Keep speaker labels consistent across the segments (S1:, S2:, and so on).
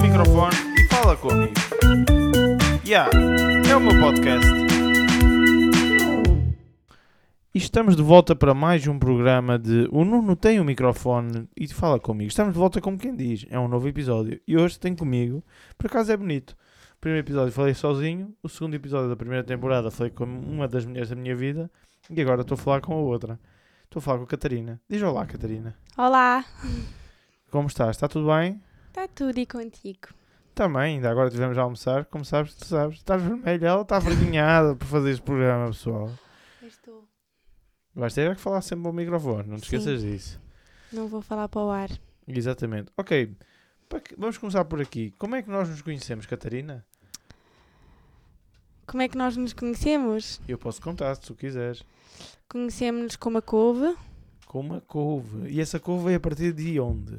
S1: microfone e fala comigo. Ya, é o meu podcast. E estamos de volta para mais um programa de O Nuno tem o microfone e fala comigo. Estamos de volta como quem diz, é um novo episódio. E hoje tem comigo, por acaso é bonito. O primeiro episódio falei sozinho, o segundo episódio da primeira temporada falei com uma das mulheres da minha vida e agora estou a falar com a outra. Estou a falar com a Catarina. Diz olá, Catarina.
S2: Olá,
S1: Como estás? Está tudo bem?
S2: está tudo e contigo?
S1: Também, ainda agora tivemos a almoçar. Como sabes, tu sabes. Estás vermelha, ela está vergonhada por fazer este programa, pessoal.
S2: Estou.
S1: Vais ter é que falar sempre ao microfone, não te
S2: Sim.
S1: esqueças disso.
S2: Não vou falar para o ar.
S1: Exatamente. Ok, para que- vamos começar por aqui. Como é que nós nos conhecemos, Catarina?
S2: Como é que nós nos conhecemos?
S1: Eu posso contar, se tu quiseres.
S2: Conhecemos-nos com uma couve.
S1: Com uma couve. E essa couve veio a partir de onde?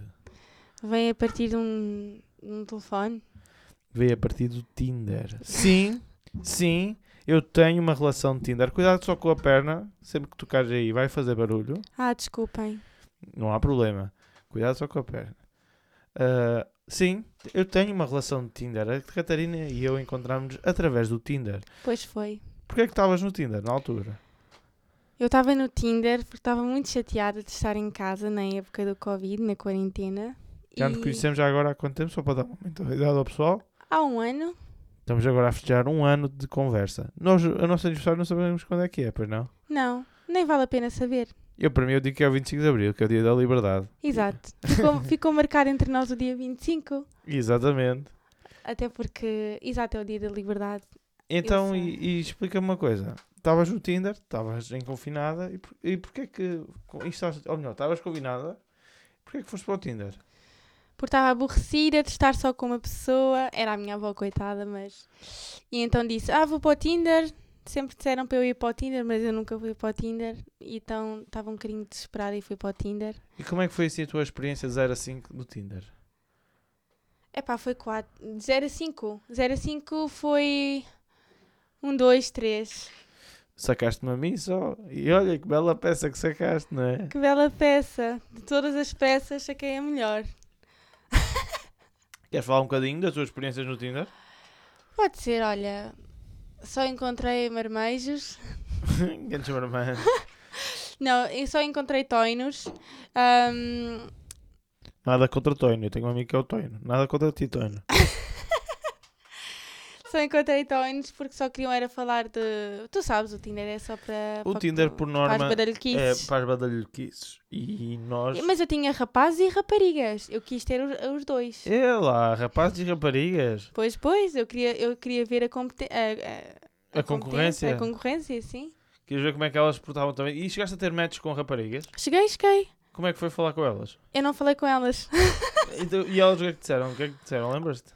S2: Vem a partir de um, de um telefone.
S1: Veio a partir do Tinder. Sim, sim, eu tenho uma relação de Tinder. Cuidado só com a perna, sempre que tocares aí vai fazer barulho.
S2: Ah, desculpem.
S1: Não há problema. Cuidado só com a perna. Ah, sim, eu tenho uma relação de Tinder. A Catarina e eu encontramos através do Tinder.
S2: Pois foi.
S1: Porquê é que estavas no Tinder na altura?
S2: Eu estava no Tinder porque estava muito chateada de estar em casa na época do Covid, na quarentena.
S1: Já nos conhecemos já agora há quanto tempo? Só para dar uma mentalidade ao pessoal.
S2: Há um ano.
S1: Estamos agora a festejar um ano de conversa. Nós, o nosso aniversário não sabemos quando é que é, pois não?
S2: Não, nem vale a pena saber.
S1: Eu, para mim, eu digo que é o 25 de Abril, que é o dia da liberdade.
S2: Exato. Ficou, ficou marcado entre nós o dia 25.
S1: Exatamente.
S2: Até porque, exato, é o dia da liberdade.
S1: Então,
S2: Isso.
S1: e, e explica-me uma coisa. Estavas no Tinder, estavas em confinada, e, por, e porquê que... co- e estás- Ou melhor, estavas combinada, porquê que foste para o Tinder?
S2: porque estava aborrecida de estar só com uma pessoa. Era a minha avó, coitada, mas. E então disse: Ah, vou para o Tinder. Sempre disseram para eu ir para o Tinder, mas eu nunca fui para o Tinder. E Então estava um bocadinho desesperada e fui para o Tinder.
S1: E como é que foi assim a tua experiência 0 a 5 no Tinder?
S2: Epá, foi 4. De 0 a 5. 0 a 5 foi. 1, 2, 3.
S1: Sacaste-me a mim só? E olha que bela peça que sacaste, não é?
S2: Que bela peça. De todas as peças, saquei a melhor.
S1: Queres falar um bocadinho das tuas experiências no Tinder?
S2: Pode ser, olha. Só encontrei marmejos.
S1: Grandes marmãs.
S2: Não, eu só encontrei toinos. Ahm,
S1: Nada contra o Toino, eu tenho um amigo que é o Toino. Nada contra ti, Toino.
S2: Ah, Só encontrei toinos porque só queriam era falar de. Tu sabes, o Tinder é só para.
S1: O
S2: para-
S1: Tinder, por
S2: Para
S1: norma,
S2: as
S1: é
S2: badalhoquices.
S1: para as badalhoquices. E nós...
S2: Mas eu tinha rapazes e raparigas. Eu quis ter os, os dois.
S1: É lá, rapazes e raparigas.
S2: Pois, pois, eu queria, eu queria ver a competência.
S1: A concorrência.
S2: A concorrência, sim.
S1: Queres ver como é que elas se portavam também? E chegaste a ter matches com raparigas?
S2: Cheguei, cheguei.
S1: Como é que foi falar com elas?
S2: Eu não falei com elas.
S1: Então, e elas o que é que disseram? O que é que disseram? Lembras-te?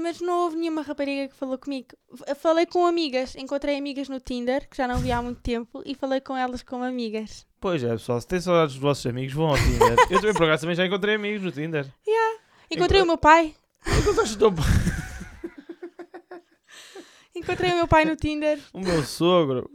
S2: Mas não houve nenhuma rapariga que falou comigo. F- Falei com amigas. Encontrei amigas no Tinder, que já não vi há muito tempo, e falei com elas como amigas.
S1: Pois é, pessoal, se têm saudades dos vossos amigos, vão ao Tinder. Eu também, por acaso, também já encontrei amigos no Tinder.
S2: Encontrei o meu pai.
S1: Encontraste o teu pai,
S2: Encontrei o meu pai no Tinder.
S1: o meu sogro.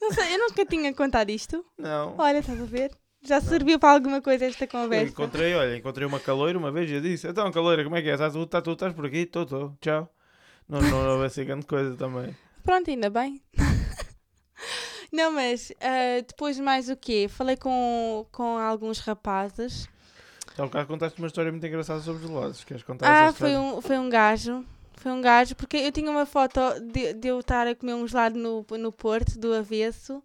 S2: Não sei, eu nunca tinha contado isto.
S1: Não.
S2: Olha, estás a ver? Já serviu para alguma coisa esta
S1: Eu
S2: conversa?
S1: encontrei, olha, encontrei uma caloira uma vez e eu disse: Então, caloira, como é que é? Estás tu, tá, tu, estás por aqui? Estou, estou, tchau. Não, não, não vai ser grande coisa também.
S2: Pronto, ainda bem. Não, mas ah, depois mais o quê? Falei com, com alguns rapazes.
S1: Então, cá contaste uma história muito engraçada sobre os lados. Queres contar
S2: Ah,
S1: essa
S2: foi
S1: história?
S2: um, foi um gajo. Foi um gajo, porque eu tinha uma foto de, de eu estar a comer um gelado no, no Porto, do avesso,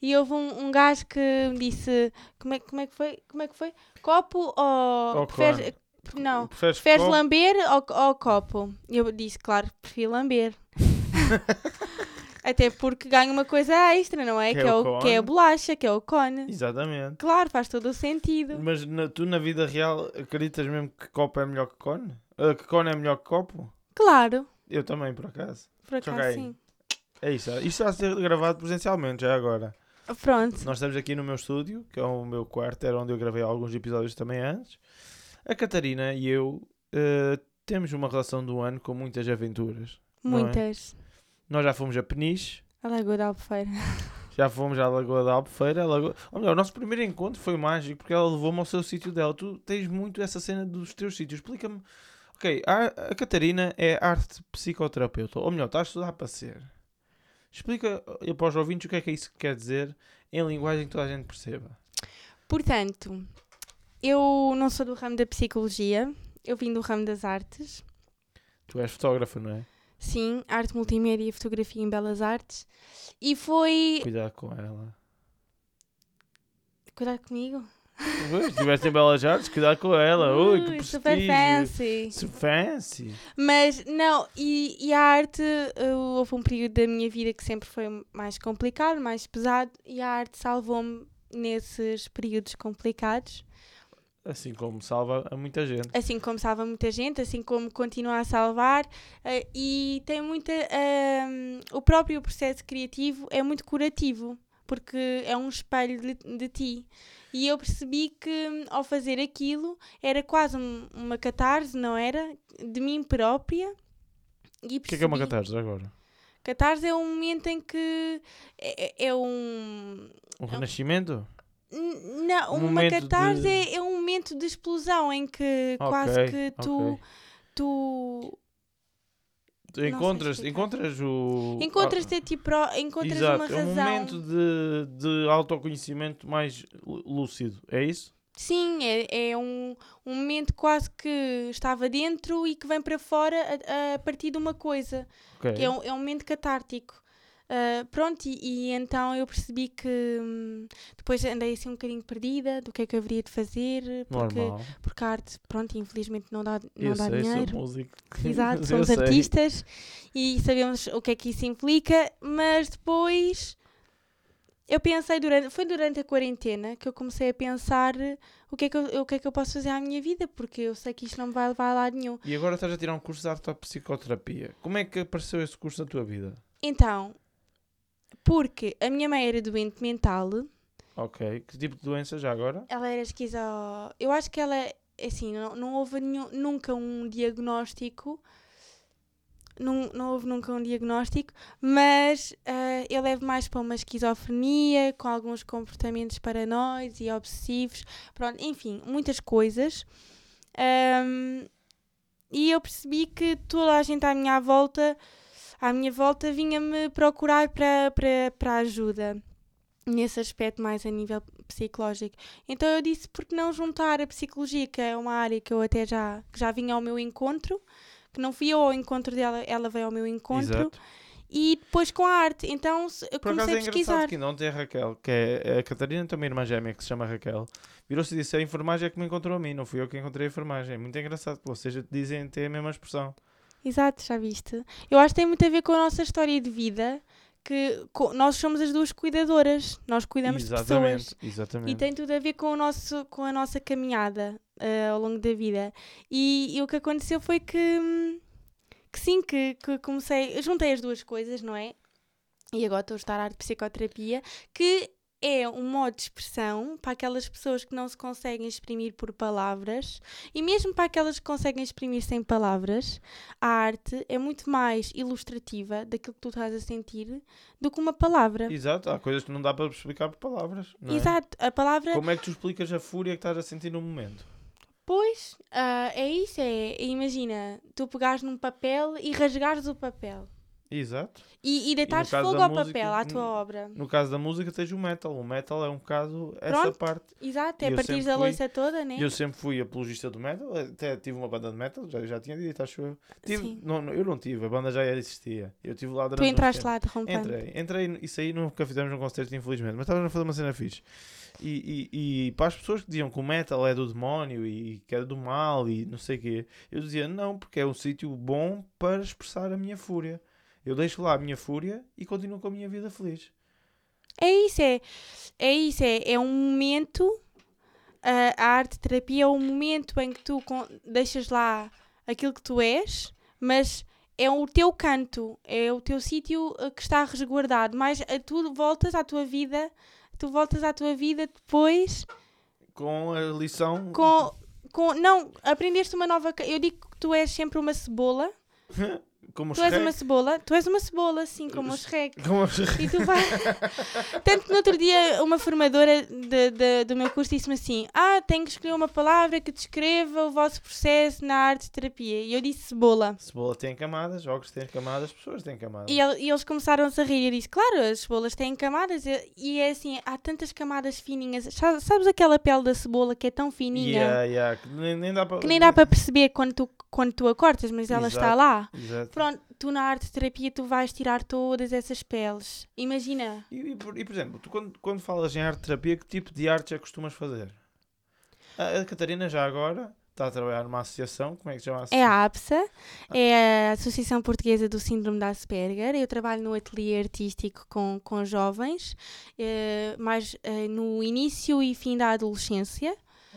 S2: e houve um, um gajo que me disse: como é, como é que foi? Como é que foi? Copo ou.
S1: Ou
S2: preferes- Não.
S1: Preferes
S2: Preferes
S1: copo?
S2: lamber ou, ou copo? Eu disse, claro, que prefiro lamber. Até porque ganho uma coisa extra, não é?
S1: Que
S2: Que,
S1: é
S2: é,
S1: o
S2: o, que é
S1: cone.
S2: a bolacha, que é o cone.
S1: Exatamente.
S2: Claro, faz todo o sentido.
S1: Mas na- tu na vida real acreditas mesmo que copo é melhor que cone? Ah, que cone é melhor que copo?
S2: Claro,
S1: Eu também, por acaso.
S2: por acaso
S1: Ok.
S2: sim.
S1: É isso. Isto está a ser gravado presencialmente já é agora.
S2: Pronto,
S1: Nós estamos aqui no meu estúdio, que é o meu quarto, era onde eu gravei alguns episódios também antes. A Catarina e eu eh, temos uma relação do ano com muitas aventuras. Não é?
S2: muitas.
S1: Nós já fomos a Peniche,
S2: A Lagoa da Albufeira.
S1: Já fomos à Lagoa da Albufeira. a Lagoa... Ou melhor, o nosso primeiro encontro foi mágico porque ela levou-me ao seu sítio dela. Tu tens muito essa cena dos teus sítios. Explica-me. Ok, a, a Catarina é arte psicoterapeuta. Ou melhor, está a estudar para ser. Explica eh, para os ouvintes o que é que isso quer dizer em linguagem que toda a gente perceba.
S2: Portanto, eu não sou do ramo da psicologia, eu vim do ramo das artes.
S1: Tu és fotógrafa, não é?
S2: Sim, arte multimédia e fotografia em belas artes. E foi.
S1: Cuidado com ela.
S2: Cuidado comigo.
S1: Ui, Estiveste em Belas Artes, cuidado com ela. Ui, que
S2: Ui,
S1: prestígio.
S2: super fancy.
S1: Super fancy.
S2: Mas não, e, e a arte, eu- houve um período da minha vida que sempre foi mais complicado, mais pesado, e a arte salvou-me nesses períodos complicados.
S1: Assim como salva a muita gente.
S2: Assim como salva muita gente, assim como continua a salvar, eh, e tem muita. ehm, o próprio processo criativo é muito curativo, porque é um espelho de, de ti. E eu percebi que hum, ao fazer aquilo era quase um- uma catarse, não era? De mim própria. E
S1: O que é que é uma
S2: percebi-
S1: catarse agora?
S2: Catarse é um momento em que é, é- é um.
S1: Um renascimento?
S2: n- Não,
S1: Um
S2: uma
S1: momento
S2: catarse
S1: de-
S2: é, é um momento de explosão em que
S1: Ok,
S2: quase que tu.
S1: ok.
S2: Tu
S1: Tu
S2: não sei
S1: encontras,
S2: explicar.
S1: encontras o. ah,
S2: encontras-te a ti pró- encontras
S1: Exato,
S2: uma
S1: é um
S2: razão.
S1: momento de, de autoconhecimento mais lú- lúcido, é isso?
S2: Sim, é, é um, um momento quase que estava dentro e que vem para fora a- a partir de uma coisa.
S1: Ok.
S2: que é um, é um momento catártico. Ah, pronto, e, e então eu percebi que hum, depois andei assim um bocadinho perdida do que é que eu haveria de fazer, porque,
S1: Normal.
S2: porque a arte, pronto, infelizmente não dá, não
S1: Eu
S2: dá
S1: sei,
S2: dinheiro.
S1: sou músico.
S2: Exato,
S1: Eu
S2: somos
S1: sei.
S2: artistas e sabemos o que é que isso implica, mas depois eu pensei durante, foi durante a quarentena que eu comecei a pensar o que é que eu, o que é que eu posso fazer à minha vida, porque eu sei que isto não me vai levar a lado nenhum.
S1: E agora estás a tirar um curso de autopsicoterapia. Como é que apareceu esse curso na tua vida?
S2: Então, porque a minha mãe era doente mental,
S1: Ok. Que tipo de doença já agora?
S2: ela era esquizo. Eu acho que ela, assim, não, não houve nenhum- nunca um diagnóstico. Não, não houve nunca um diagnóstico, mas ah, eu levo mais para uma esquizofrenia, com alguns comportamentos paranoides e obsessivos, pronto, enfim, muitas coisas. Ahm, e eu percebi que toda a gente à minha volta, à minha volta, vinha-me procurar para, para, para ajuda nesse aspecto mais a nível psicológico. Então eu disse porque não juntar a psicologia, que é uma área que eu até já que já vinha ao meu encontro, que não fui eu ao encontro dela, ela veio ao meu encontro, e depois com a arte. Então se- eu
S1: Por acaso
S2: comecei
S1: é
S2: a pesquisar.
S1: engraçado que não tem a Raquel, que é a Catarina tem uma irmã gêmea que se chama Raquel. Virou-se e disse: A enfermagem é que me encontrou a mim, não fui eu que encontrei a enfermagem. É muito engraçado, que vocês dizem ter a mesma expressão.
S2: Exato, já viste. Eu acho que tem muito a ver com a nossa história de vida, que co- nós somos as duas cuidadoras, nós cuidamos de pessoas.
S1: exatamente, exatamente.
S2: E tem tudo a ver com, o nosso, com a nossa caminhada eh, ao longo da vida. E, e o que aconteceu foi que, hum, que sim, que, que comecei, eu juntei as duas coisas, não é? E agora estou a estudar arte de psicoterapia, que é um modo de expressão para aquelas pessoas que não se conseguem exprimir por palavras e mesmo para aquelas que conseguem exprimir sem palavras, a arte é muito mais ilustrativa daquilo que tu estás a sentir do que uma palavra.
S1: Exato, há coisas que não dá para explicar por palavras. não é?
S2: Exato, a palavra
S1: Como é que tu explicas a fúria que estás a sentir no momento?
S2: Pois, ah, é isso, é, imagina, tu pegares num papel e rasgares o papel.
S1: Exato.
S2: E, e deitares
S1: caso
S2: fogo
S1: da
S2: ao
S1: música,
S2: papel, à tua
S1: hum,
S2: obra.
S1: No caso da música, tens o metal. O metal é um bocado essa
S2: Pronto.
S1: parte.
S2: Exato,
S1: e
S2: é
S1: eu
S2: partir
S1: sempre
S2: da
S1: fui-
S2: louça toda, né?
S1: E Eu sempre fui apologista do metal, até tive uma banda de metal, já, já tinha dito, acho eu. Tive,
S2: Sim.
S1: não, não, eu não tive, a banda já existia. Eu tive lá durante
S2: Tu
S1: uns
S2: entraste
S1: tempos.
S2: lá derrompendo.
S1: Entrei, entrei, isso aí nunca fizemos num concerto, infelizmente, mas estávamos a fazer uma cena fixe. E, e, e para as pessoas que diziam que o metal é do demónio e que é do mal e não sei o quê, eu dizia não, porque é um sítio bom para expressar a minha fúria. Eu deixo lá a minha fúria e continuo com a minha vida feliz.
S2: É isso, é, é isso, é, é um momento, ah, a arte terapia é um momento em que tu con- deixas lá aquilo que tu és, mas é o teu canto, é o teu sítio ah, que está resguardado, mas ah, tu voltas à tua vida, tu voltas à tua vida depois
S1: Com a lição.
S2: com, com não aprendeste uma nova ca- eu digo que tu és sempre uma cebola
S1: Como os
S2: Tu és uma
S1: Um Shrek.
S2: cebola, tu és uma cebola, assim como o Shrek.
S1: Como os Shrek.
S2: E tu vai... Tanto que no outro dia uma formadora de- de- do meu curso disse-me assim: Ah, tenho que escolher uma palavra que descreva o vosso processo na arte de terapia. E eu disse cebola.
S1: Cebola tem camadas, jogos têm camadas, pessoas têm camadas.
S2: E, el- e eles começaram a rir e eu disse, claro, as cebolas têm camadas e, e é assim, há tantas camadas fininhas. Sa- Sabes aquela pele da cebola que é tão fininha
S1: Yeah, yeah, que nem, nem dá para.
S2: que nem dá para perceber quando tu, quando tu a cortas, mas ela está
S1: Exato.
S2: lá.
S1: Exato.
S2: Pronto, tu na arte terapia tu vais tirar todas essas peles. Imagina,
S1: E, e por, e, por exemplo, tu quando, quando falas em arte terapia, que tipo de arte é que costumas fazer? A, a Catarina já agora está a trabalhar numa associação, como é que se chama a
S2: é
S1: associação?
S2: a APSA, é a Associação Portuguesa do Síndrome de Asperger. Eu trabalho no ateliê artístico com, com jovens, eh, mais eh, no início e fim da adolescência.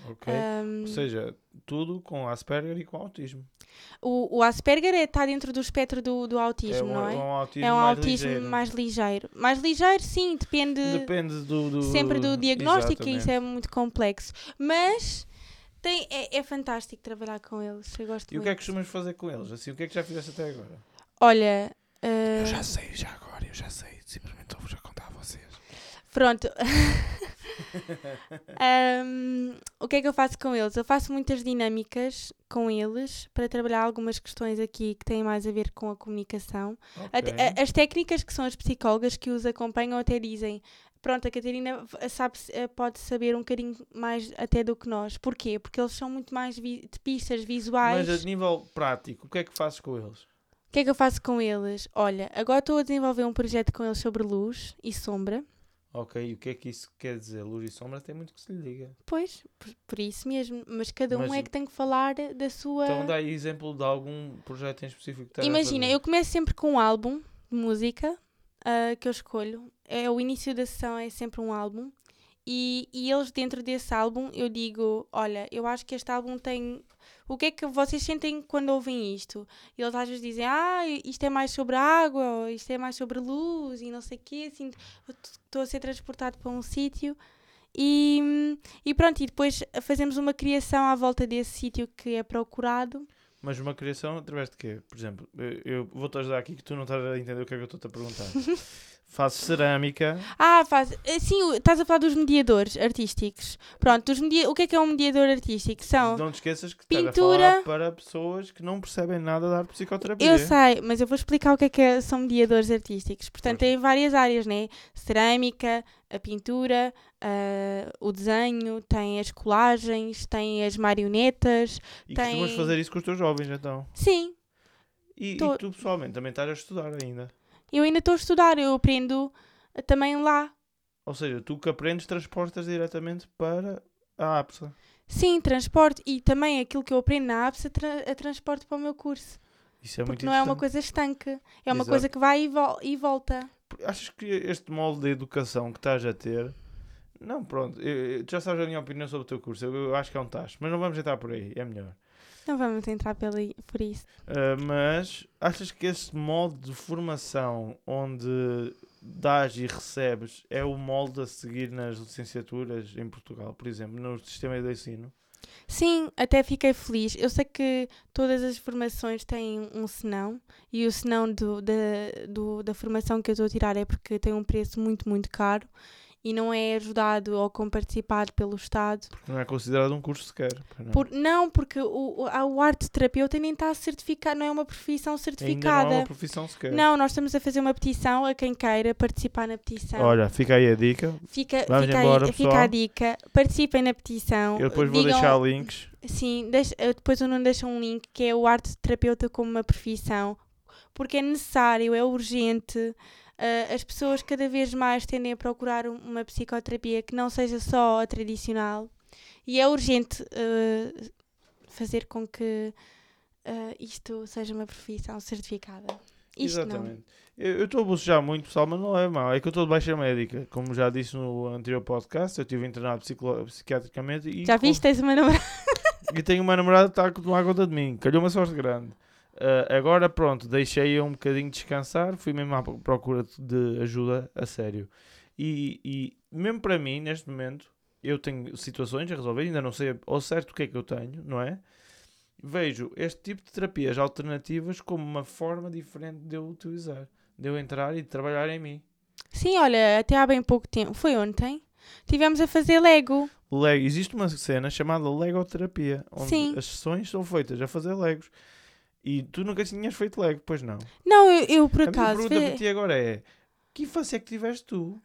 S1: Ok.
S2: Ahm,
S1: Ou seja, tudo com Asperger e com autismo.
S2: O, o Asperger está dentro do espectro do, do
S1: é
S2: autismo,
S1: um,
S2: não
S1: é
S2: é?
S1: um autismo
S2: É um
S1: mais
S2: autismo
S1: ligeiro.
S2: mais ligeiro. Mais ligeiro, sim, depende,
S1: Depende do, do-
S2: sempre do diagnóstico e isso
S1: Exatamente.
S2: é muito complexo. Mas tem, é, é fantástico trabalhar com eles. Eu gosto
S1: E o
S2: muito.
S1: que é que costumas fazer com eles? Assim, o que é que já fizeste até agora?
S2: Olha, ah,
S1: sei, já agora, eu já sei. Simplesmente vou já contar a vocês.
S2: Pronto. Ahm, o que é que eu faço com eles? Eu faço muitas dinâmicas com eles para trabalhar algumas questões aqui que têm mais a ver com a comunicação. Até- eh, a- as técnicas que são as psicólogas que os acompanham até dizem. Pronto, a Catarina v- sabe, se- eh, pode saber um bocadinho mais até do que nós. Porquê? Porque eles são muito mais vi- de pistas visuais.
S1: Mas a nível prático, o que é que fazes com eles?
S2: O que é que eu faço com eles? Olha, agora estou a desenvolver um projeto com eles sobre luz e sombra.
S1: Ok, e o que é que isso quer dizer? Luz e sombra tem muito que se lhe diga.
S2: Pois, por, por isso mesmo. Mas cada um
S1: Mas-
S2: é que tem que falar da sua.
S1: Então dá aí exemplo de algum projeto em específico que estás a
S2: Imagina,
S1: fazer.
S2: eu começo sempre com um álbum de música ah, que eu escolho. É, o início da sessão é sempre um álbum. E, e eles, dentro desse álbum, eu digo: Olha, eu acho que este álbum tem. O que é que vocês sentem quando ouvem isto? E eles às vezes dizem: Ah, isto é mais sobre água, ou isto é mais sobre luz, e não sei o quê. Assim, estou a ser transportado para um sítio. E, e pronto, e depois fazemos uma criação à volta desse sítio que é procurado.
S1: Mas uma criação através de quê? Por exemplo, eu- eu vou-te ajudar aqui que tu não estás a entender o que é que eu estou-te a perguntar. Faço cerâmica,
S2: Ah, faz. eh, Sim, o- estás a falar dos mediadores artísticos. Pronto, os media... o que é que é um mediador artístico? São.
S1: não te esqueças que
S2: Então, pintura.
S1: estás a falar para pessoas que não percebem nada da arte de psicoterapia.
S2: Eu sei, mas eu vou explicar o que é que é- são mediadores artísticos. Portanto, tem várias áreas, né? Cerâmica, a pintura, ah, o desenho, tem as colagens, tem as marionetas.
S1: E
S2: Tem-
S1: costumas fazer isso com os teus jovens, então.
S2: Sim,
S1: E, e
S2: Tô-
S1: tu, pessoalmente, também estás a estudar ainda.
S2: eu ainda estou a estudar, eu aprendo ah, também lá.
S1: Ou seja, tu que aprendes, transportas diretamente para a APSA.
S2: Sim, transporte e também aquilo que eu aprendo na APSA tra a transporte para o meu curso.
S1: Isso é muito
S2: Porque não é uma
S1: interessante.
S2: coisa estanque, é uma
S1: Exato.
S2: coisa que vai e, vol- e volta.
S1: Achas que este molde de educação que estás a ter. Não, pronto, eu- eu- tu já sabes a minha opinião sobre o teu curso. Eu, eu acho que é um tacho, mas não vamos entrar por aí, é melhor.
S2: Não vamos entrar pela, por isso.
S1: Ah, mas achas que este molde de formação onde dás e recebes é o molde a seguir nas licenciaturas em Portugal, por exemplo, no sistema de ensino?
S2: Sim, até fiquei feliz. Eu sei que todas as formações têm um senão e o senão do, da, do- da formação que eu estou a tirar é porque tem um preço muito, muito caro e não é ajudado ou comparticipado pelo Estado.
S1: Porque não é considerado um curso sequer. pois não?
S2: Por, não, porque o, o, a- o arte terapeuta nem está certificado, não é uma profissão
S1: Ainda não é uma
S2: certificada.
S1: profissão sequer.
S2: Não, nós estamos a fazer uma petição a quem queira participar na petição.
S1: Olha, fica aí a dica.
S2: fica,
S1: vamos
S2: fica,
S1: embora,
S2: aí, fica
S1: pessoal.
S2: a dica. Participem na petição.
S1: Eu depois vou
S2: digam-
S1: deixar links.
S2: Sim, deixa- eh, depois o Nuno deixa um link que é o arte terapeuta como uma profissão, porque é necessário, é urgente. Eh, as pessoas cada vez mais tendem a procurar um- uma psicoterapia que não seja só a tradicional e é urgente eh, fazer com que eh, isto seja uma profissão certificada. Isto não.
S1: Exatamente. Eu eu estou a bocejar muito, pessoal, mas não é mal. É que eu estou de baixa médica. Como já disse no anterior podcast, eu estive internado psicolo- psiquiatricamente e,
S2: Já viste? Tens uma namorada?
S1: e tenho uma namorada que está a tomar conta de mim. Calhou uma sorte grande. Ah, agora, pronto, deixei-a um bocadinho descansar. Fui mesmo à pro- procura de ajuda a sério. E, e mesmo para mim, neste momento, eu tenho situações a resolver. Ainda não sei ao certo o que é que eu tenho, não é? vejo este tipo de terapias alternativas como uma forma diferente de eu utilizar, de eu entrar e de trabalhar em mim.
S2: Sim, olha, até há bem pouco tempo, foi ontem, tivemos a fazer Lego.
S1: Lego. Existe uma cena chamada Legoterapia, onde
S2: Sim.
S1: as sessões são feitas a fazer Legos. E tu nunca tinhas feito Lego, pois não?
S2: Não, eu, eu, por
S1: a minha
S2: acaso
S1: pergunta para
S2: fe-
S1: ti agora é: que infância é que tiveste tu?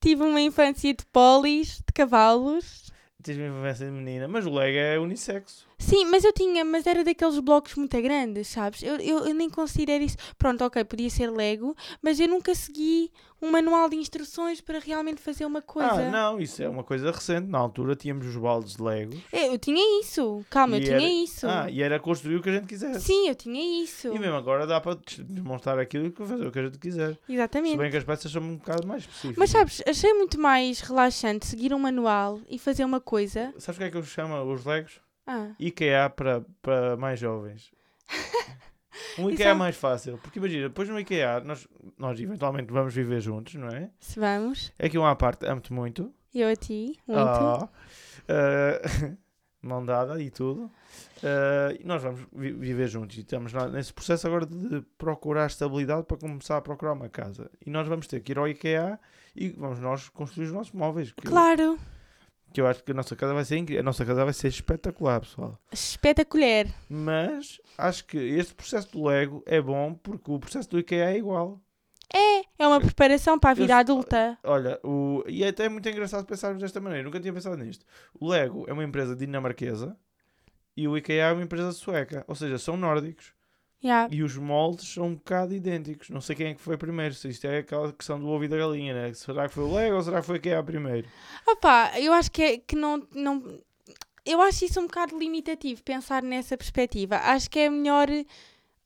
S2: tive uma infância de polis, de cavalos.
S1: Tive uma infância de menina, mas o Lego é unissexo.
S2: Sim, mas eu tinha, mas era daqueles blocos muito grandes, sabes? Eu, eu, eu nem considero isso. Pronto, ok, podia ser Lego, mas eu nunca segui um manual de instruções para realmente fazer uma coisa.
S1: Ah, não, isso é uma coisa recente. Na altura tínhamos os baldes de Lego.
S2: Eu, eu tinha isso, calma,
S1: E
S2: eu tinha
S1: era-
S2: É isso.
S1: Ah, e era construir o que a gente quisesse.
S2: Sim, eu tinha isso.
S1: E mesmo agora dá para des- desmontar aquilo e fazer o que a gente quiser. Se
S2: Exatamente.
S1: bem que as peças são um bocado mais específicas.
S2: Mas sabes, achei muito mais relaxante seguir um manual e fazer uma coisa.
S1: Sabes o que é que eu chamo os Legos?
S2: Ah,
S1: IKEA para, para mais jovens. Um
S2: Isso
S1: IKEA
S2: é um-
S1: mais fácil, porque imagina, depois no IKEA nós, nós eventualmente vamos viver juntos, não é?
S2: se vamos,
S1: É que uma à parte, amo-te muito.
S2: eu a ti, muito.
S1: Ah, ah, mão dada e tudo. Ah, e nós vamos vi- viver juntos e estamos lá nesse processo agora de procurar estabilidade para começar a procurar uma casa. E nós vamos ter que ir ao IKEA e vamos nós construir os nossos móveis. Que,
S2: Claro,
S1: que eu acho que a nossa casa vai ser incrível. A nossa casa vai ser espetacular, pessoal.
S2: espetacular.
S1: Mas acho que este processo do Lego é bom porque o processo do IKEA é igual.
S2: É uma preparação para a vida
S1: Eu-
S2: adulta.
S1: Olha, o... e é até muito engraçado pensarmos desta maneira, nunca tinha pensado nisto. O Lego é uma empresa dinamarquesa e o IKEA é uma empresa sueca, ou seja, são nórdicos
S2: Yeah.
S1: e os moldes são um bocado idênticos. Não sei quem é que foi primeiro, se isto é aquela questão do ovo e da galinha, né? Será que foi o Lego ou será que foi o IKEA primeiro?
S2: Opa, eu acho que, é- que não, não. Eu acho isso um bocado limitativo, pensar nessa perspectiva. Acho que é melhor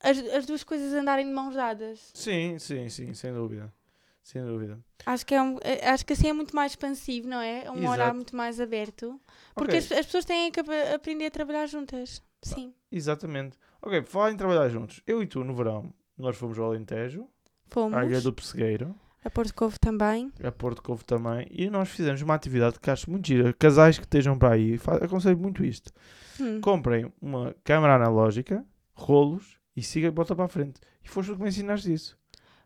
S2: as, as duas coisas andarem de mãos dadas.
S1: Sim, sim, sim, sem dúvida. Sem dúvida.
S2: Acho que, é um- eh, acho que assim é muito mais expansivo, não é? É um olhar
S1: Exato.
S2: muito mais aberto. Porque
S1: Ok.
S2: as, as pessoas têm que ap- aprender a trabalhar juntas. Sim,
S1: Exatamente. Ok, por falar em trabalhar juntos. Eu e tu, no verão, nós fomos ao Alentejo,
S2: fomos.
S1: à Ilha Ah. é do Pessegueiro,
S2: A Porto Covo também.
S1: a Porto Covo também, e nós fizemos uma atividade que acho muito gira. Casais que estejam para aí, fa- aconselho muito isto.
S2: Hum.
S1: Comprem uma câmara analógica, rolos, e siga e bota para a frente. E foste tu que me ensinaste isso.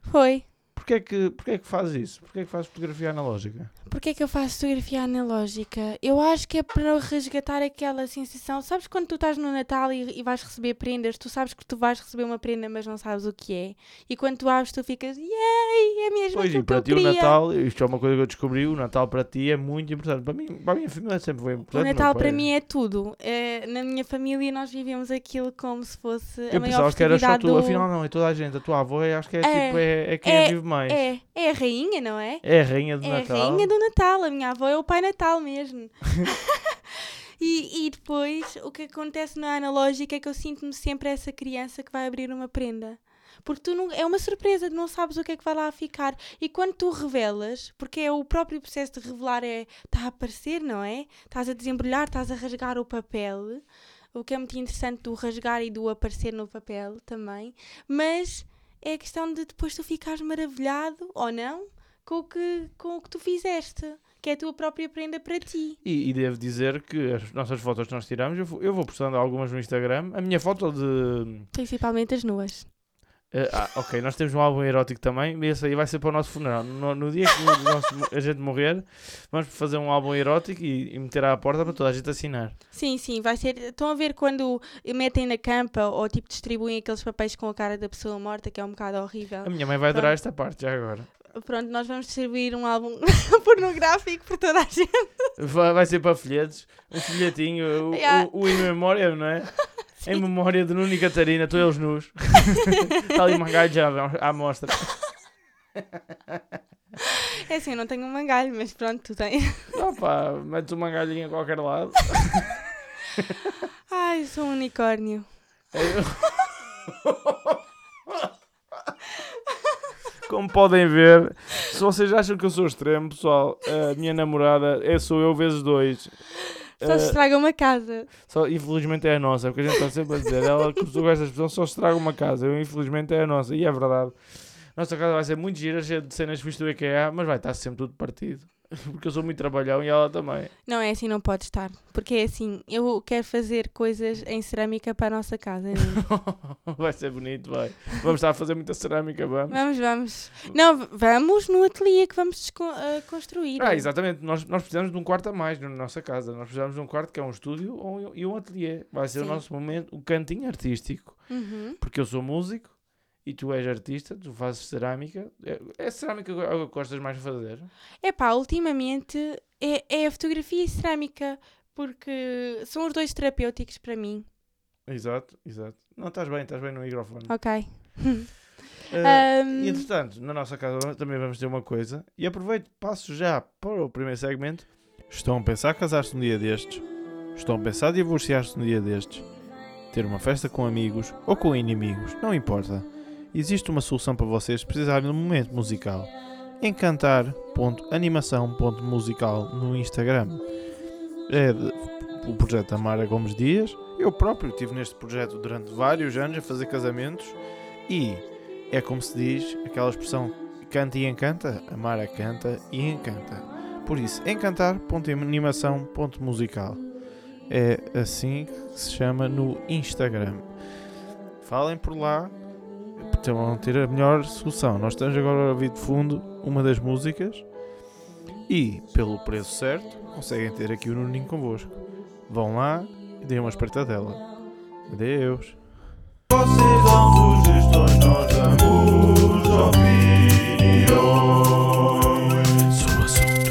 S2: Foi.
S1: Porquê é que, porquê é que fazes isso? Porquê é que fazes fotografia analógica?
S2: Porquê é que eu faço fotografia analógica? Eu acho que é para eu resgatar aquela sensação. Sabes quando tu estás no Natal e, e vais receber prendas, tu sabes que tu vais receber uma prenda, mas não sabes o que é. E quando tu abres, tu ficas, yay, é mesmo
S1: Pois, e
S2: aquilo que
S1: para
S2: eu
S1: ti o
S2: queria.
S1: Natal, isto é uma coisa que eu descobri, o Natal para ti é muito importante. Para mim, para a minha família sempre foi
S2: o
S1: importante. meu
S2: Natal
S1: pai-
S2: para mim é tudo. É, na minha família nós vivemos aquilo como se fosse a
S1: Eu
S2: maior
S1: pensava que era só
S2: festividade
S1: tu,
S2: do...
S1: afinal não, é toda a gente. A tua avó é, acho que é,
S2: É,
S1: tipo, é, é quem
S2: é,
S1: vive mais. É.
S2: É, é a rainha, não é?
S1: a rainha do
S2: É
S1: Natal.
S2: a rainha do Natal, a minha avó é o pai Natal mesmo. e, e depois, o que acontece na analógica é que eu sinto-me sempre essa criança que vai abrir uma prenda. Porque tu não, é uma surpresa, tu não sabes o que é que vai lá ficar. E quando tu revelas, porque é o próprio processo de revelar é está a aparecer, não é? Estás a desembrulhar, estás a rasgar o papel, o que é muito interessante do rasgar e do aparecer no papel também. Mas é a questão de depois tu ficares maravilhado ou não com o que, com o que tu fizeste, que é a tua própria prenda para ti.
S1: E, e devo dizer que as nossas fotos que nós tiramos, eu vou, eu vou postando algumas no Instagram. A minha foto de.
S2: Principalmente as nuas.
S1: eh, ah, ok, nós temos um álbum erótico também, mas esse aí vai ser para o nosso funeral. No, no dia que o nosso- a gente morrer, vamos fazer um álbum erótico e, e meter à porta para toda a gente assinar.
S2: Sim, sim, vai ser. Estão a ver quando metem na campa ou tipo distribuem aqueles papéis com a cara da pessoa morta, que é um bocado horrível.
S1: A minha mãe vai adorar esta parte, já agora.
S2: Pronto, nós vamos distribuir um álbum pornográfico por toda a gente.
S1: Vai, vai ser para folhetos, um folhetinho, o,
S2: Yeah.
S1: o, o em memória, não é? Em memória de Nuno e Catarina, estou eles nus. Está ali uma gaja à mostra.
S2: É assim, eu não tenho um mangalho, mas pronto, tu tens.
S1: Opa, metes uma galhinha a qualquer lado.
S2: Ai, sou um unicórnio.
S1: Como podem ver, se vocês acham que eu sou extremo, pessoal, a minha namorada é sou eu vezes dois.
S2: Só se
S1: Eh,
S2: estraga uma casa.
S1: Só, infelizmente é a nossa, porque a gente está sempre a dizer, ela começou com esta expressão, só estraga uma casa, eu, infelizmente é a nossa, é, e é verdade. Nossa casa vai ser muito gira, cheia de cenas vistas do IKEA, mas vai estar sempre tudo partido. Porque eu sou muito trabalhão e ela também.
S2: Não, é assim, não pode estar. Porque é assim, eu quero fazer coisas em cerâmica para a nossa casa. né? Nuno.
S1: vai ser bonito, vai. Vamos estar a fazer muita cerâmica, vamos.
S2: vamos, vamos. Não, v- vamos no ateliê que vamos desco- eh, construir.
S1: Ah, exatamente. Nós, nós precisamos de um quarto a mais na nossa casa. Nós precisamos de um quarto que é um estúdio ou- e um ateliê. Vai ser o
S2: Sim.
S1: nosso momento, o cantinho artístico.
S2: Uhum.
S1: Porque eu sou músico e tu és artista, tu fazes cerâmica. É, é cerâmica que eu- que gostas mais de fazer?
S2: Epá, ultimamente é, é a fotografia e cerâmica, porque são os dois terapêuticos para mim.
S1: Exato, exato. Não, estás bem, estás bem no microfone.
S2: Ok.
S1: Ah,
S2: Ahm,
S1: e, Entretanto, na nossa casa também vamos ter uma coisa. E aproveito, passo já para o primeiro segmento. Estão a pensar casar-se um dia destes? Estão a pensar divorciar-se um dia destes? Ter uma festa com amigos ou com inimigos? Não importa. Existe uma solução para vocês se precisarem de um momento musical. Encantar.animação.musical no Instagram. É de- o projeto da Mara Gomes Dias. Eu próprio estive neste projeto durante vários anos a fazer casamentos e é como se diz aquela expressão canta e encanta, a Mara canta e encanta. Por isso, encantar.animação.musical é assim que se chama no Instagram. Falem por lá, então vão ter a melhor solução. Nós estamos agora a ouvir de fundo uma das músicas e, pelo preço certo, conseguem ter aqui o Nuninho convosco. Vão lá e deem uma espreitadela. Adeus. Vocês dão sugestões, nós damos opiniões sobre o assunto.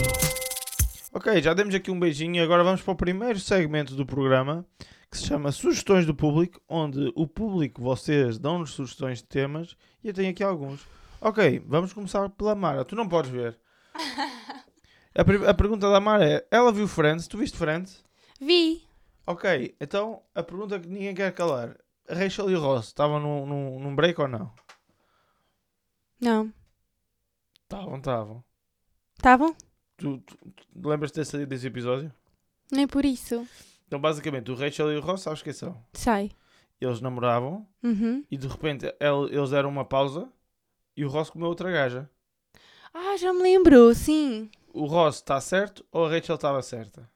S1: Ok, já demos aqui um beijinho. Agora vamos para o primeiro segmento do programa que se chama Sugestões do Público, onde o público, vocês, dão-nos sugestões de temas e eu tenho aqui alguns. Ok, vamos começar pela Mara. Tu não podes ver. A, pri- a pergunta da Mara é: ela viu Friends? Tu viste Friends?
S2: vi.
S1: Ok, então a pergunta que ninguém quer calar: a Rachel e o Ross estavam num, num, num break ou não?
S2: Não. Tá
S1: Estavam, estavam.
S2: Estavam?
S1: Tu, tu, tu lembras de ter saído desse episódio?
S2: Nem por isso.
S1: Então, basicamente, o Rachel e o Ross, sabes quem são?
S2: Sei.
S1: Eles namoravam
S2: Uhum.
S1: e de repente el- eles deram uma pausa e o Ross comeu outra gaja.
S2: Ah, já me lembro, sim.
S1: O Ross está certo ou a Rachel estava certa?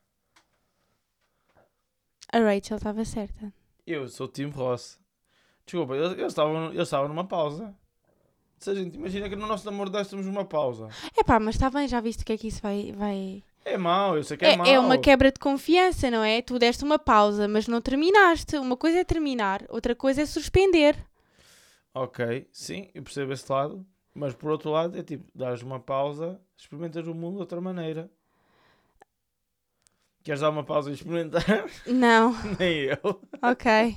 S2: A Rachel estava certa.
S1: Eu sou o time Ross. Desculpa, eles eles estavam eles estavam numa pausa. Se a gente imagina que no nosso namoro dessemos uma pausa.
S2: Epá, mas está bem, já viste o que é que isso vai. vai...
S1: É mau, eu sei que é, mau.
S2: É, é uma quebra de confiança, não é? Tu deste uma pausa, mas não terminaste. Uma coisa é terminar, outra coisa é suspender.
S1: Ok, sim, eu percebo esse lado. Mas por outro lado, é tipo, dás uma pausa, experimentas o mundo de outra maneira. Queres dar uma pausa e experimentar?
S2: Não,
S1: Nem eu.
S2: ok.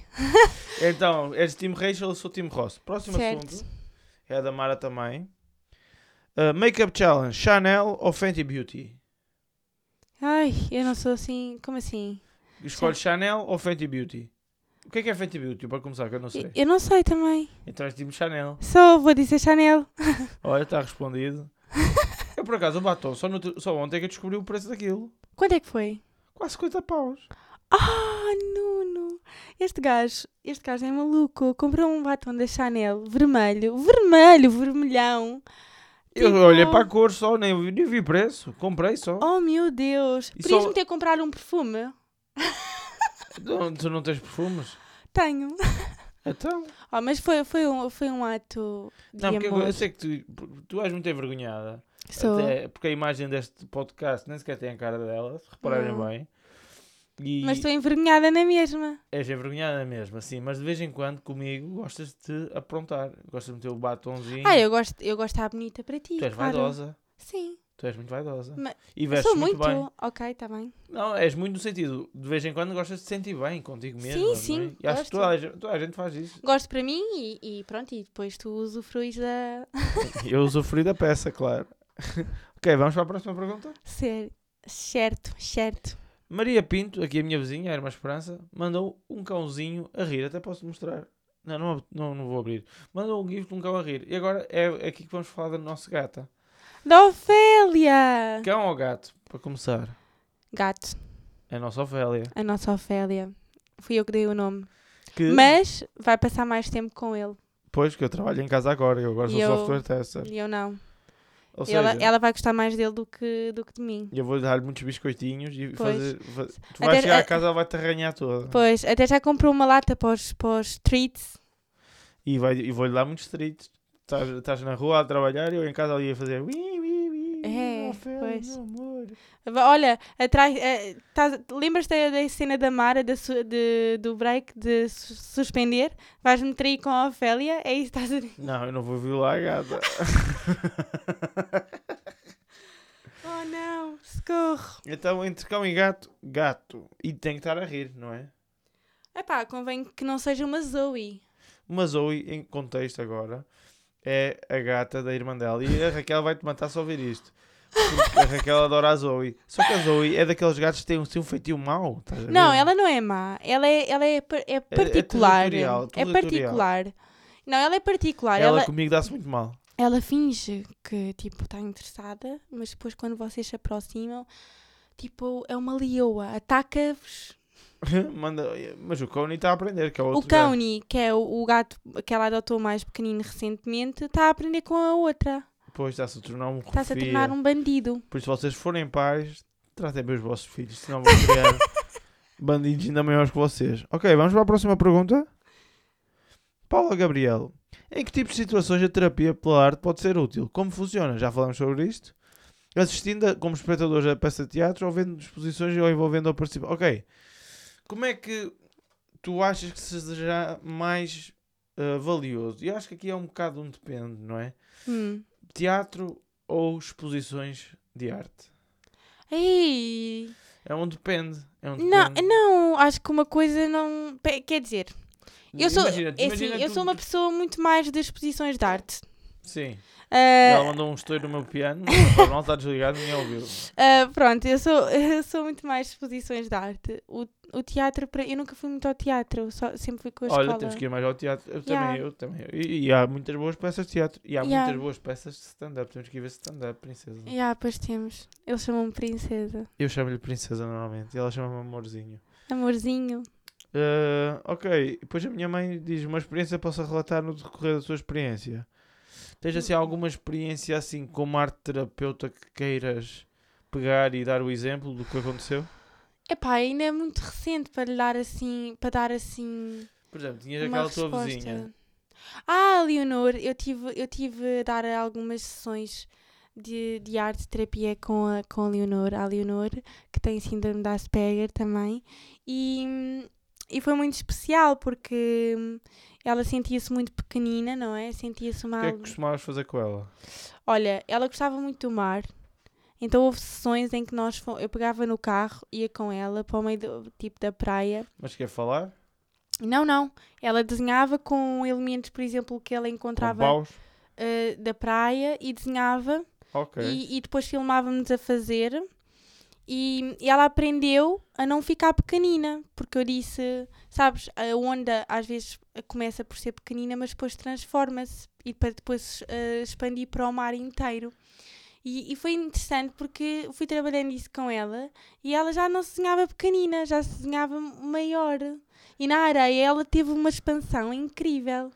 S1: Então, és Tim Rachel, eu sou Tim Ross. Próximo
S2: Certo.
S1: assunto é a da Mara também. Uh, Makeup Challenge: Chanel ou Fenty Beauty?
S2: Ai, eu não sou assim. Como assim?
S1: Escolhes Chanel ou Fenty Beauty? O que é que é Fenty Beauty? Para começar, que eu não
S2: Eu,
S1: sei.
S2: eu não sei também.
S1: Então és Tim Chanel.
S2: Só vou dizer Chanel.
S1: Olha, está respondido. Eu, por acaso, o batom, só, no outro- só ontem é que eu descobri o preço daquilo.
S2: Quanto é que foi?
S1: Quase 50 paus.
S2: Ah, Nuno! Este gajo, este gajo é maluco. Comprou um batom da Chanel vermelho, vermelho, vermelhão.
S1: Eu
S2: Tipo-
S1: olhei para a cor só, nem, vi- nem vi preço. Comprei só.
S2: Oh meu Deus!
S1: E
S2: Podias-me
S1: só-
S2: ter comprado um perfume?
S1: Não, tu não tens perfumes?
S2: Tenho.
S1: Então.
S2: Oh, mas foi, foi, um, foi um ato de
S1: Não, porque eu-
S2: amor.
S1: eu sei que tu, tu és muito envergonhada.
S2: Sou.
S1: Até porque a imagem deste podcast nem sequer tem a cara dela, se repararem
S2: Não.
S1: bem. E
S2: Mas estou envergonhada na mesma.
S1: és envergonhada mesmo, assim. Mas de vez em quando, comigo, gostas de te aprontar. Gostas de meter o batonzinho.
S2: Ah, eu gosto, eu gosto de estar bonita para ti.
S1: tu és
S2: claro.
S1: vaidosa.
S2: Sim.
S1: Tu és muito vaidosa.
S2: Mas-
S1: E
S2: Eu
S1: vestes
S2: sou
S1: muito,
S2: muito.
S1: bem.
S2: Ok, está bem.
S1: Não, és muito no sentido, de vez em quando gostas de te sentir bem contigo
S2: Sim,
S1: mesmo. não é?
S2: sim,
S1: E acho que
S2: gosto.
S1: toda a, gente, toda a gente faz isso.
S2: Gosto para mim e, e pronto, e depois tu usufruis da.
S1: Eu usufruí da peça, claro. ok, vamos para a próxima pergunta.
S2: Ser. Certo, certo.
S1: Maria Pinto, aqui a minha vizinha, a irmã Esperança, mandou um cãozinho a rir. Até posso mostrar. Não, não, não, não vou abrir. Mandou um gif de um cão a rir. E agora é aqui que vamos falar da nossa gata.
S2: Da Ofélia!
S1: Cão ou gato? Para começar.
S2: Gato,
S1: É a nossa Ofélia.
S2: a nossa Ofélia. Fui eu que dei o nome.
S1: Que,
S2: Mas vai passar mais tempo com ele.
S1: Pois, que eu trabalho em casa agora. Eu agora sou
S2: E eu-
S1: software tester.
S2: E eu não.
S1: Ou
S2: Ela, é-
S1: seja,
S2: ela vai gostar mais dele do que, do que de mim.
S1: eu vou lhe dar muitos biscoitinhos e
S2: Pois.
S1: fazer. fa- Tu vais
S2: Até-
S1: chegar
S2: a-
S1: a casa, ela vai te arranhar toda.
S2: Pois, até já comprou uma lata para os, para os treats.
S1: E, vai, e vou-lhe dar muitos tritos. Estás- Estás na rua a trabalhar e eu em casa ali a fazer. Ui, ui, ui,
S2: É,
S1: Ofélia,
S2: pois.
S1: meu amor.
S2: Olha, atrás. eh, tás- Lembras-te da- da cena da Mara da su- de- do break de su- suspender? Vais-me meter aí com a Ofélia? É isso que estás a dizer?
S1: Não, eu não vou violar a gata.
S2: Oh não, socorro.
S1: então, entre cão e gato, gato. E tem que estar a rir, não é?
S2: Epá, convém que não seja uma Zoe.
S1: Mas Zoe, em contexto agora, é a gata da irmã dela. E a Raquel vai-te matar se ouvir isto. Porque a Raquel adora a Zoe. Só que a Zoe é daqueles gatos que têm um, têm um feitio mau. estás a ver?
S2: Não, ela não é má. Ela é, ela é, par- é particular.
S1: territorial,
S2: é
S1: territorial.
S2: particular. Não, ela é particular.
S1: Ela,
S2: Ela,
S1: comigo dá-se muito mal.
S2: ela finge que, tipo, está interessada, mas depois quando vocês se aproximam, tipo, é uma leoa. Ataca-vos.
S1: Manda... Mas o Cone está a aprender, que é outro
S2: O County, que é o, o gato que ela adotou mais pequenino recentemente, está a aprender com a outra.
S1: gato. Depois está-se a tornar um
S2: Está-se a
S1: refia.
S2: tornar um bandido.
S1: Por isso, se vocês forem pais, tratem bem os vossos filhos, senão vão criar bandidos ainda maiores que vocês. Ok, vamos para a próxima pergunta. Paula Gabriel, em que tipo de situações a terapia pela arte pode ser útil? Como funciona? Já falamos sobre isto. Assistindo a- como espectadores a peça de teatro ou vendo exposições ou envolvendo ou participar. Ok, como é que tu achas que seja mais ah, valioso? E acho que aqui é um bocado um depende, não é?
S2: Hum.
S1: Teatro ou exposições de arte?
S2: Ei,
S1: É um depende. É um
S2: Não,
S1: depende.
S2: não, acho que uma coisa não. pe- Quer dizer, eu sou,
S1: Imagina-te,
S2: é assim,
S1: imagina
S2: eu
S1: tu-
S2: sou uma pessoa muito mais das exposições de arte.
S1: Sim. Ela
S2: Ah,
S1: mandou um estouro no meu piano, mas o não está desligado, ninguém ouviu.
S2: ah, pronto, eu sou, eu sou muito mais de exposições de arte. O, o teatro, para- eu nunca fui muito ao teatro, eu só, sempre fui com a
S1: Olha,
S2: escola.
S1: temos que ir mais ao teatro. Eu
S2: Yeah.
S1: também, eu também. E, e há muitas boas peças de teatro. E há
S2: Yeah.
S1: muitas boas peças de stand-up. Temos que ir ver stand-up, princesa.
S2: Já, pois temos. Eles chamam-me princesa.
S1: Eu chamo-lhe princesa normalmente. E ela chama-me amorzinho.
S2: Amorzinho.
S1: Ah, ok, depois a minha mãe diz uma experiência posso relatar no decorrer da sua experiência. Tens assim alguma experiência assim como arte terapeuta que queiras pegar e dar o exemplo do que aconteceu?
S2: Epá, ainda é muito recente para lhe dar assim, para dar assim
S1: Por exemplo, tinhas
S2: uma
S1: aquela tua
S2: resposta.
S1: vizinha.
S2: Ah, Leonor, eu tive, eu tive a dar algumas sessões de, de arte terapia com a, com a Leonor, a Leonor, que tem síndrome de Asperger também, e, e foi muito especial porque hum, ela sentia-se muito pequenina, não é? Sentia-se
S1: O
S2: uma.
S1: que é que
S2: al-
S1: costumavas fazer com ela?
S2: Olha, ela gostava muito do mar. Então houve sessões em que nós fo- eu pegava no carro, ia com ela para o meio do, tipo da praia.
S1: Mas quer falar?
S2: Não, não. Ela desenhava com elementos, por exemplo, que ela
S1: Com
S2: encontrava
S1: paus?
S2: eh, da praia e desenhava
S1: Ok.
S2: e, e depois filmávamos a fazer. E, e ela aprendeu a não ficar pequenina, porque eu disse, sabes, a onda às vezes começa por ser pequenina, mas depois transforma-se e para depois eh, expandir para o mar inteiro. E, e foi interessante porque fui trabalhando isso com ela e ela já não se desenhava pequenina, já se desenhava maior. E na areia ela teve uma expansão incrível.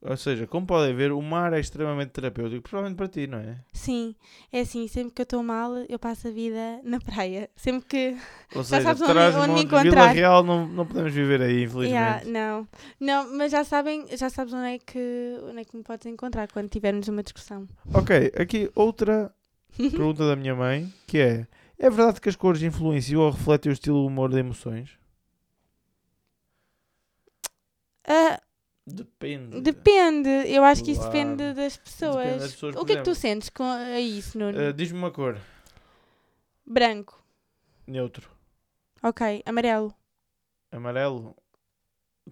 S1: Ou seja, como podem ver, o mar é extremamente terapêutico, principalmente para ti, não é?
S2: Sim, é assim, sempre que eu estou mal, eu passo a vida na praia. Sempre que.
S1: Ou seja,
S2: sabes onde-
S1: traz
S2: onde me
S1: Vila
S2: encontrar.
S1: Real não, não podemos viver aí,
S2: Yeah,
S1: infelizmente.
S2: não. Não, mas já sabem, já sabes onde é que, onde é que me podes encontrar quando tivermos uma discussão.
S1: Ok, aqui outra pergunta da minha mãe, que é... É verdade que as cores influenciam ou refletem o estilo e o humor de emoções?
S2: Ah,
S1: Depende.
S2: depende, eu acho que isso
S1: Claro.
S2: depende das pessoas.
S1: Depende das pessoas,
S2: o
S1: por
S2: que é que tu
S1: exemplo.
S2: sentes com a isso, Nuno?
S1: Ah, Diz-me uma cor.
S2: Branco,
S1: Neutro.
S2: ok. Amarelo,
S1: Amarelo.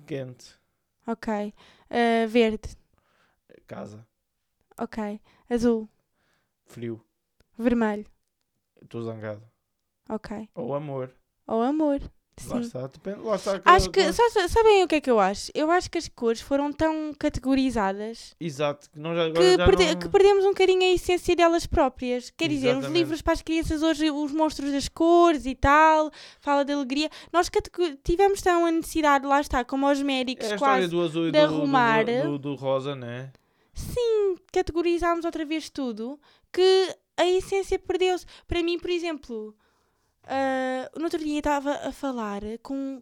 S1: Quente.
S2: ok. Ah, verde,
S1: Casa.
S2: ok. Azul,
S1: Frio.
S2: vermelho,
S1: Estou zangado.
S2: ok.
S1: Ou amor.
S2: Ou amor,
S1: Lá
S2: sim.
S1: está. Depende. Lá está.
S2: Acho que, sa- sabem o que é que eu acho? Eu acho que as cores foram tão categorizadas
S1: Exato. Que nós já, agora
S2: que,
S1: já
S2: perde-
S1: não...
S2: que perdemos um bocadinho a essência delas próprias. Quer dizer, os
S1: Exatamente.
S2: livros para as crianças hoje, os monstros das cores e tal, fala de alegria. Nós catego- tivemos tão a necessidade, lá está, como aos
S1: É
S2: médicos
S1: a história
S2: quase.
S1: do azul e
S2: de
S1: do,
S2: arrumar.
S1: do, do, do rosa, né?
S2: Sim, categorizámos outra vez tudo, que a essência perdeu-se. Para mim, por exemplo, ah, no outro dia estava a falar com,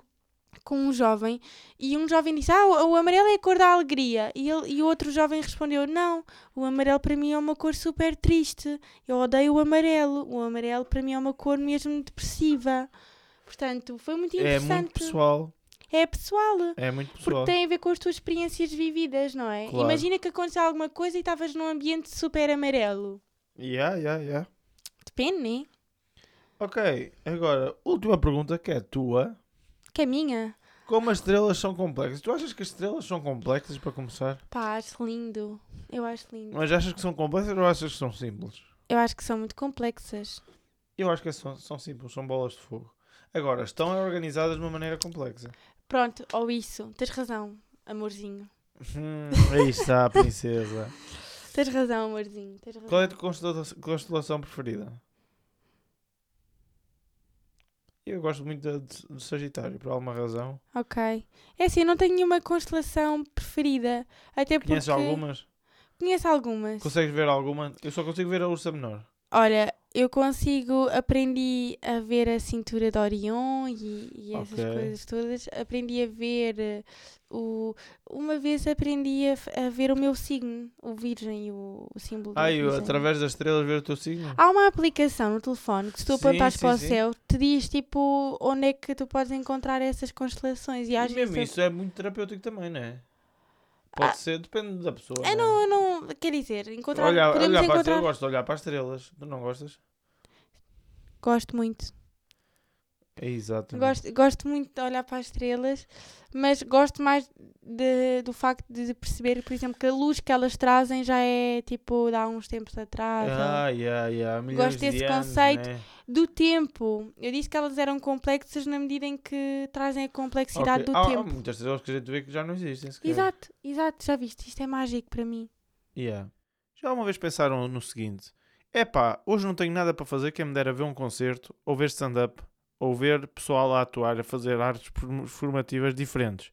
S2: com um jovem e um jovem disse: Ah, o, o amarelo é a cor da alegria. E, ele, e o outro jovem respondeu: Não, o amarelo para mim é uma cor super triste. Eu odeio o amarelo. O amarelo para mim é uma cor mesmo depressiva. Portanto, foi muito
S1: É
S2: interessante.
S1: muito pessoal.
S2: É pessoal.
S1: É muito
S2: Porque
S1: pessoal.
S2: tem a ver com as tuas experiências vividas, não é?
S1: Claro.
S2: Imagina que aconteceu alguma coisa e estavas num ambiente super amarelo.
S1: Yeah, yeah, yeah.
S2: Depende, né?
S1: Ok, agora, última pergunta que é tua.
S2: Que é minha.
S1: Como as estrelas são complexas? Tu achas que as estrelas são complexas para começar?
S2: Pá, acho lindo. Eu acho lindo.
S1: Mas achas que são complexas ou achas que são simples?
S2: Eu acho que são muito complexas.
S1: Eu acho que são, são simples, são bolas de fogo. Agora, estão organizadas de uma maneira complexa.
S2: Pronto, ou isso. Tens razão, amorzinho.
S1: Hum, aí está, princesa.
S2: Tens razão, amorzinho. Tens razão.
S1: Qual é a tua constela- constelação preferida? Eu gosto muito da- de, de Sagitário, por alguma razão.
S2: Ok. É assim, eu não tenho nenhuma constelação preferida. Até porque.
S1: Conheces algumas?
S2: Conheço algumas.
S1: Consegues ver alguma? Eu só consigo ver a Ursa Menor.
S2: Olha, eu consigo, aprendi a ver a cintura de Orion e, e essas
S1: Ok.
S2: coisas todas. Aprendi a ver eh, o. Uma vez aprendi a, f- a ver o meu signo, o Virgem, o, o símbolo. da
S1: Ah, eu
S2: virgem.
S1: através das estrelas ver o teu signo?
S2: Há uma aplicação no telefone que se tu
S1: Sim,
S2: apontares
S1: sim,
S2: para o
S1: sim.
S2: céu, te diz tipo onde é que tu podes encontrar essas constelações. E às
S1: E mesmo
S2: vezes.
S1: isso é muito terapêutico também, não é? Pode ser, depende da pessoa.
S2: Eu, eu
S1: é?
S2: não, eu não. Quer dizer, encontrar.
S1: Olhar, olhar
S2: podemos
S1: para as
S2: encontrar.
S1: estrelas, eu gosto de olhar para as estrelas. Tu não gostas?
S2: Gosto muito.
S1: É exato.
S2: Gosto, gosto muito de olhar para as estrelas, mas gosto mais de- do facto de perceber, por exemplo, que a luz que elas trazem já é tipo de há uns tempos atrás. ou-
S1: Ah, yeah, yeah. milhões
S2: desse
S1: de anos,
S2: conceito.
S1: né?
S2: Do tempo. Eu disse que elas eram complexas na medida em que trazem a complexidade
S1: Ok. Ah,
S2: do
S1: há, há
S2: tempo.
S1: muitas estrelas que a gente vê que já não existem. sequer.
S2: Exato, exato, já viste, isto é mágico para mim.
S1: Yeah. Já uma vez pensaram no seguinte: epá, hoje não tenho nada para fazer, quem me dera ver um concerto, ou ver stand-up, ou ver pessoal a atuar, a fazer artes form- formativas diferentes.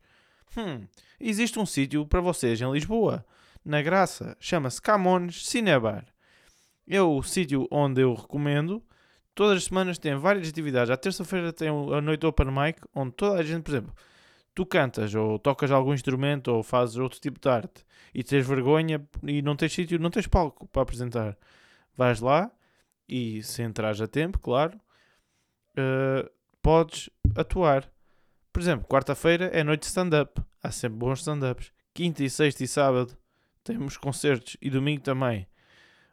S1: Hum, existe um sítio para vocês em Lisboa, na Graça, chama-se Camões Cinebar. É o sítio onde eu recomendo. Todas as semanas tem várias atividades. À terça-feira tem o- a noite Open Mic, onde toda a gente, por exemplo, tu cantas ou tocas algum instrumento ou fazes outro tipo de arte e tens vergonha e não tens sítio, não tens palco para apresentar. Vais lá e se entrares a tempo, claro, eh, podes atuar. Por exemplo, quarta-feira é noite de stand-up. Há sempre bons stand-ups. Quinta e sexta e sábado temos concertos e domingo também.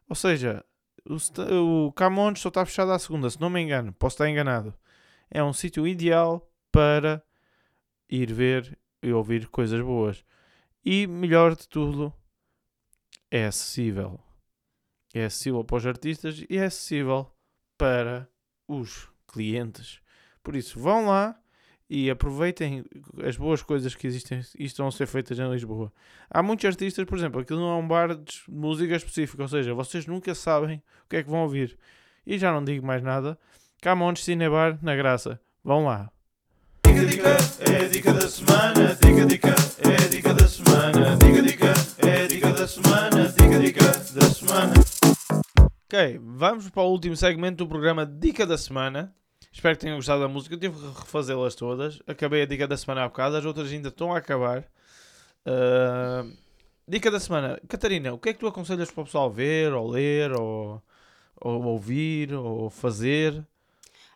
S1: Ou seja, o, sta- o Camões só está fechado à segunda, se não me engano. Posso estar enganado. É um sítio ideal para ir ver e ouvir coisas boas. E melhor de tudo, é acessível. É acessível para os artistas e é acessível para os clientes. Por isso, vão lá e aproveitem as boas coisas que existem e estão a ser feitas em Lisboa. Há muitos artistas, por exemplo, aquilo não é um bar de música específica, ou seja, vocês nunca sabem o que é que vão ouvir. E já não digo mais nada. Camões Cinebar na Graça. Vão lá.
S3: Dica, dica, é dica da semana. Dica, dica, é dica da semana. Dica, dica, é dica da semana. Dica, dica da semana.
S1: Ok, vamos para o último segmento do programa Dica da Semana. Espero que tenham gostado da música. Eu tive que refazê-las todas. Acabei a Dica da Semana há bocado, as outras ainda estão a acabar. Ah, dica da Semana. Catarina, o que é que tu aconselhas para o pessoal ver, ou ler, ou, ou ouvir, ou fazer?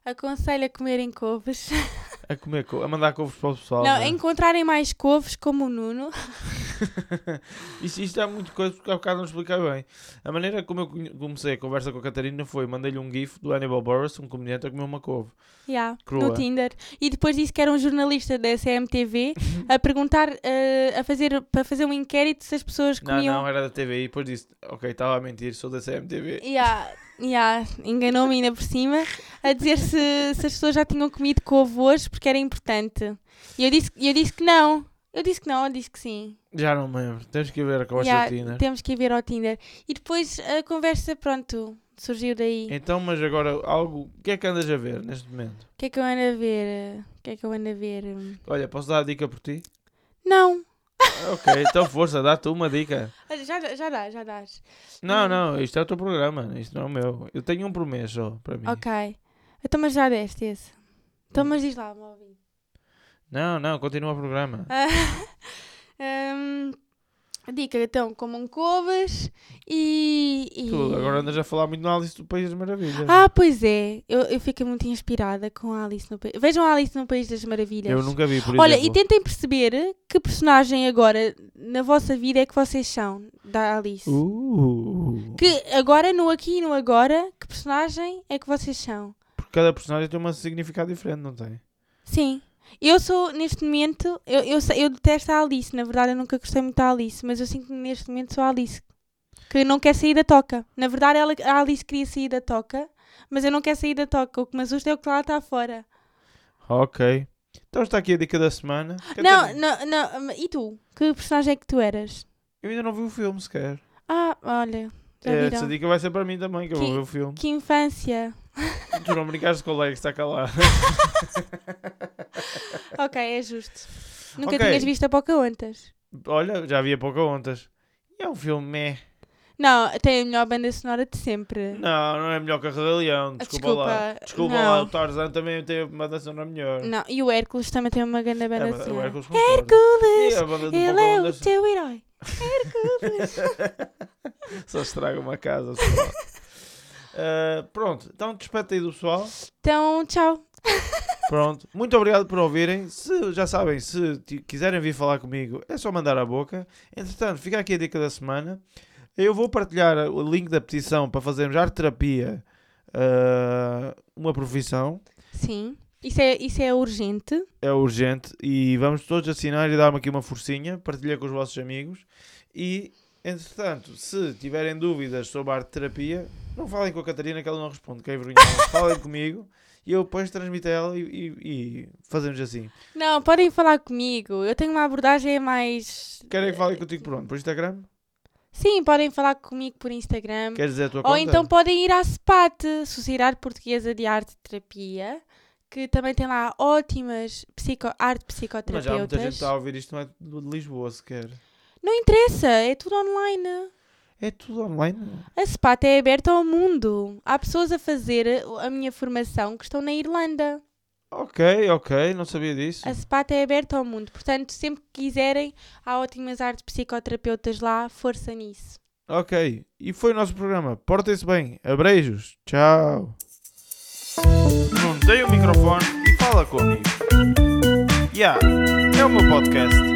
S2: Aconselho a comerem couves.
S1: A comer, co- a mandar couves para o pessoal.
S2: Não,
S1: né?
S2: encontrarem mais couves como o Nuno.
S1: Isto, isto é muito coisa porque há bocado não expliquei bem. A maneira como eu conhe- comecei a conversa com a Catarina foi: mandei-lhe um gif do Hannibal Burris, um comediante, a comer uma couve.
S2: Yeah,
S1: Crua.
S2: no Tinder. E depois disse que era um jornalista da CMTV a perguntar, eh, a fazer, para fazer um inquérito se as pessoas
S1: Não,
S2: comiam.
S1: não, é- era da TVI, depois disse, ok, estava a mentir, sou da CMTV.
S2: Yeah, yeah, enganou-me ainda por cima a dizer se, se as pessoas já tinham comido couve hoje porque era importante. E eu disse, e eu disse que não. Eu disse que não, eu disse que sim.
S1: Já não me lembro, temos que ver a conversa
S2: Yeah,
S1: do Tinder.
S2: Temos que ir ver ao Tinder. E depois a conversa, pronto, surgiu daí.
S1: Então, mas agora, algo, o que é que andas a ver neste momento?
S2: O que é que eu ando a ver? O que é que eu ando a ver?
S1: Olha, posso dar a dica por ti?
S2: Não,
S1: ok, então força, dá-te uma dica.
S2: Olha, Já, já dá, já dás.
S1: Não,
S2: Hum.
S1: não, isto é o teu programa, isto não é o meu. Eu tenho um promessa só para mim.
S2: Ok. Então, mas já deste esse. Então, mas diz lá, Móvel.
S1: Não, não, continua o programa.
S2: Hum, dica, então, comam couves e... e-
S1: Tu agora andas a falar muito na Alice do País das Maravilhas.
S2: Ah, pois é. Eu, eu fiquei muito inspirada com a Alice no País... Vejam a Alice no País das Maravilhas.
S1: eu nunca vi, por
S2: Olha, e
S1: exemplo.
S2: tentem perceber que personagem agora na vossa vida é que vocês são, da Alice.
S1: Uh,
S2: Que agora, no aqui e no agora, que personagem é que vocês são?
S1: Porque cada personagem tem um significado diferente, não tem?
S2: Sim. Eu sou, neste momento, eu, eu, sei- eu detesto a Alice. Na verdade, eu nunca gostei muito da Alice, mas eu sinto que neste momento sou a Alice. Que não quer sair da toca. Na verdade, ela, a Alice queria sair da toca, mas eu não quero sair da toca. O que me assusta é o que lá está fora.
S1: Ok. Então está aqui a dica da semana.
S2: Não,
S1: Catarina,
S2: não, não. hum, E tu? Que personagem é que tu eras?
S1: Eu ainda não vi o filme sequer.
S2: Ah, olha. Já
S1: É,
S2: viram?
S1: essa dica vai ser para mim também, que eu
S2: Que-
S1: vou ver o filme.
S2: Que infância.
S1: Tu não brincaste com o Lex, está calado.
S2: Ok, é justo. Nunca
S1: Ok.
S2: tinhas visto a Pocahontas.
S1: Olha, já havia pouca ontas. É um filme meh.
S2: Não, tem a melhor banda sonora de sempre.
S1: Não, não é melhor que a Rei Leão.
S2: Ah,
S1: Desculpa, lá.
S2: desculpa,
S1: Desculpa
S2: não.
S1: lá, o Tarzan também teve uma dança não melhor.
S2: Não, e o Hércules também tem uma grande
S1: É,
S2: banda
S1: mas o
S2: sonora.
S1: Hércules concorda. E a
S2: Hércules,
S1: banda do
S2: ele é o
S1: Pocahontas
S2: teu herói. Hércules.
S1: só estraga uma casa. só. Ah, pronto, então despeito aí do pessoal.
S2: então, tchau.
S1: Pronto, muito obrigado por ouvirem. Se, já sabem, se ti- quiserem vir falar comigo, é só mandar à boca. Entretanto, fica aqui a dica da semana. Eu vou partilhar o link da petição para fazermos arte terapia, ah, uma profissão.
S2: Sim, isso é, isso é urgente.
S1: É urgente e vamos todos assinar e dar-me aqui uma forcinha. Partilha com os vossos amigos. E, entretanto, se tiverem dúvidas sobre a arte terapia, não falem com a Catarina que ela não responde, que é vergonhosa. falem comigo e eu depois transmito a ela e, e- e fazemos assim.
S2: Não, podem falar comigo. Eu tenho uma abordagem mais.
S1: Querem que fale contigo por onde? Por Instagram?
S2: Sim, podem falar comigo por Instagram.
S1: Queres dizer a tua
S2: Ou
S1: conta?
S2: então podem ir à SPAT, Sociedade Portuguesa de Arte e Terapia, que também tem lá ótimas psico- arte
S1: Mas já há muita gente que
S2: psicoterapeutas.
S1: está a ouvir isto, não é de Lisboa sequer.
S2: Não interessa, é tudo online.
S1: É tudo online.
S2: A SPAT é aberta ao mundo. Há pessoas a fazer a minha formação que estão na Irlanda.
S1: Ok, ok, não sabia disso.
S2: A SPAT é aberta ao mundo. Portanto, sempre que quiserem, há ótimas artes psicoterapeutas lá. Força nisso.
S1: Ok, e foi o nosso programa. Portem-se bem. Abreijos. Tchau. Não tem o microfone e fala comigo. Ya, yeah, é o meu podcast.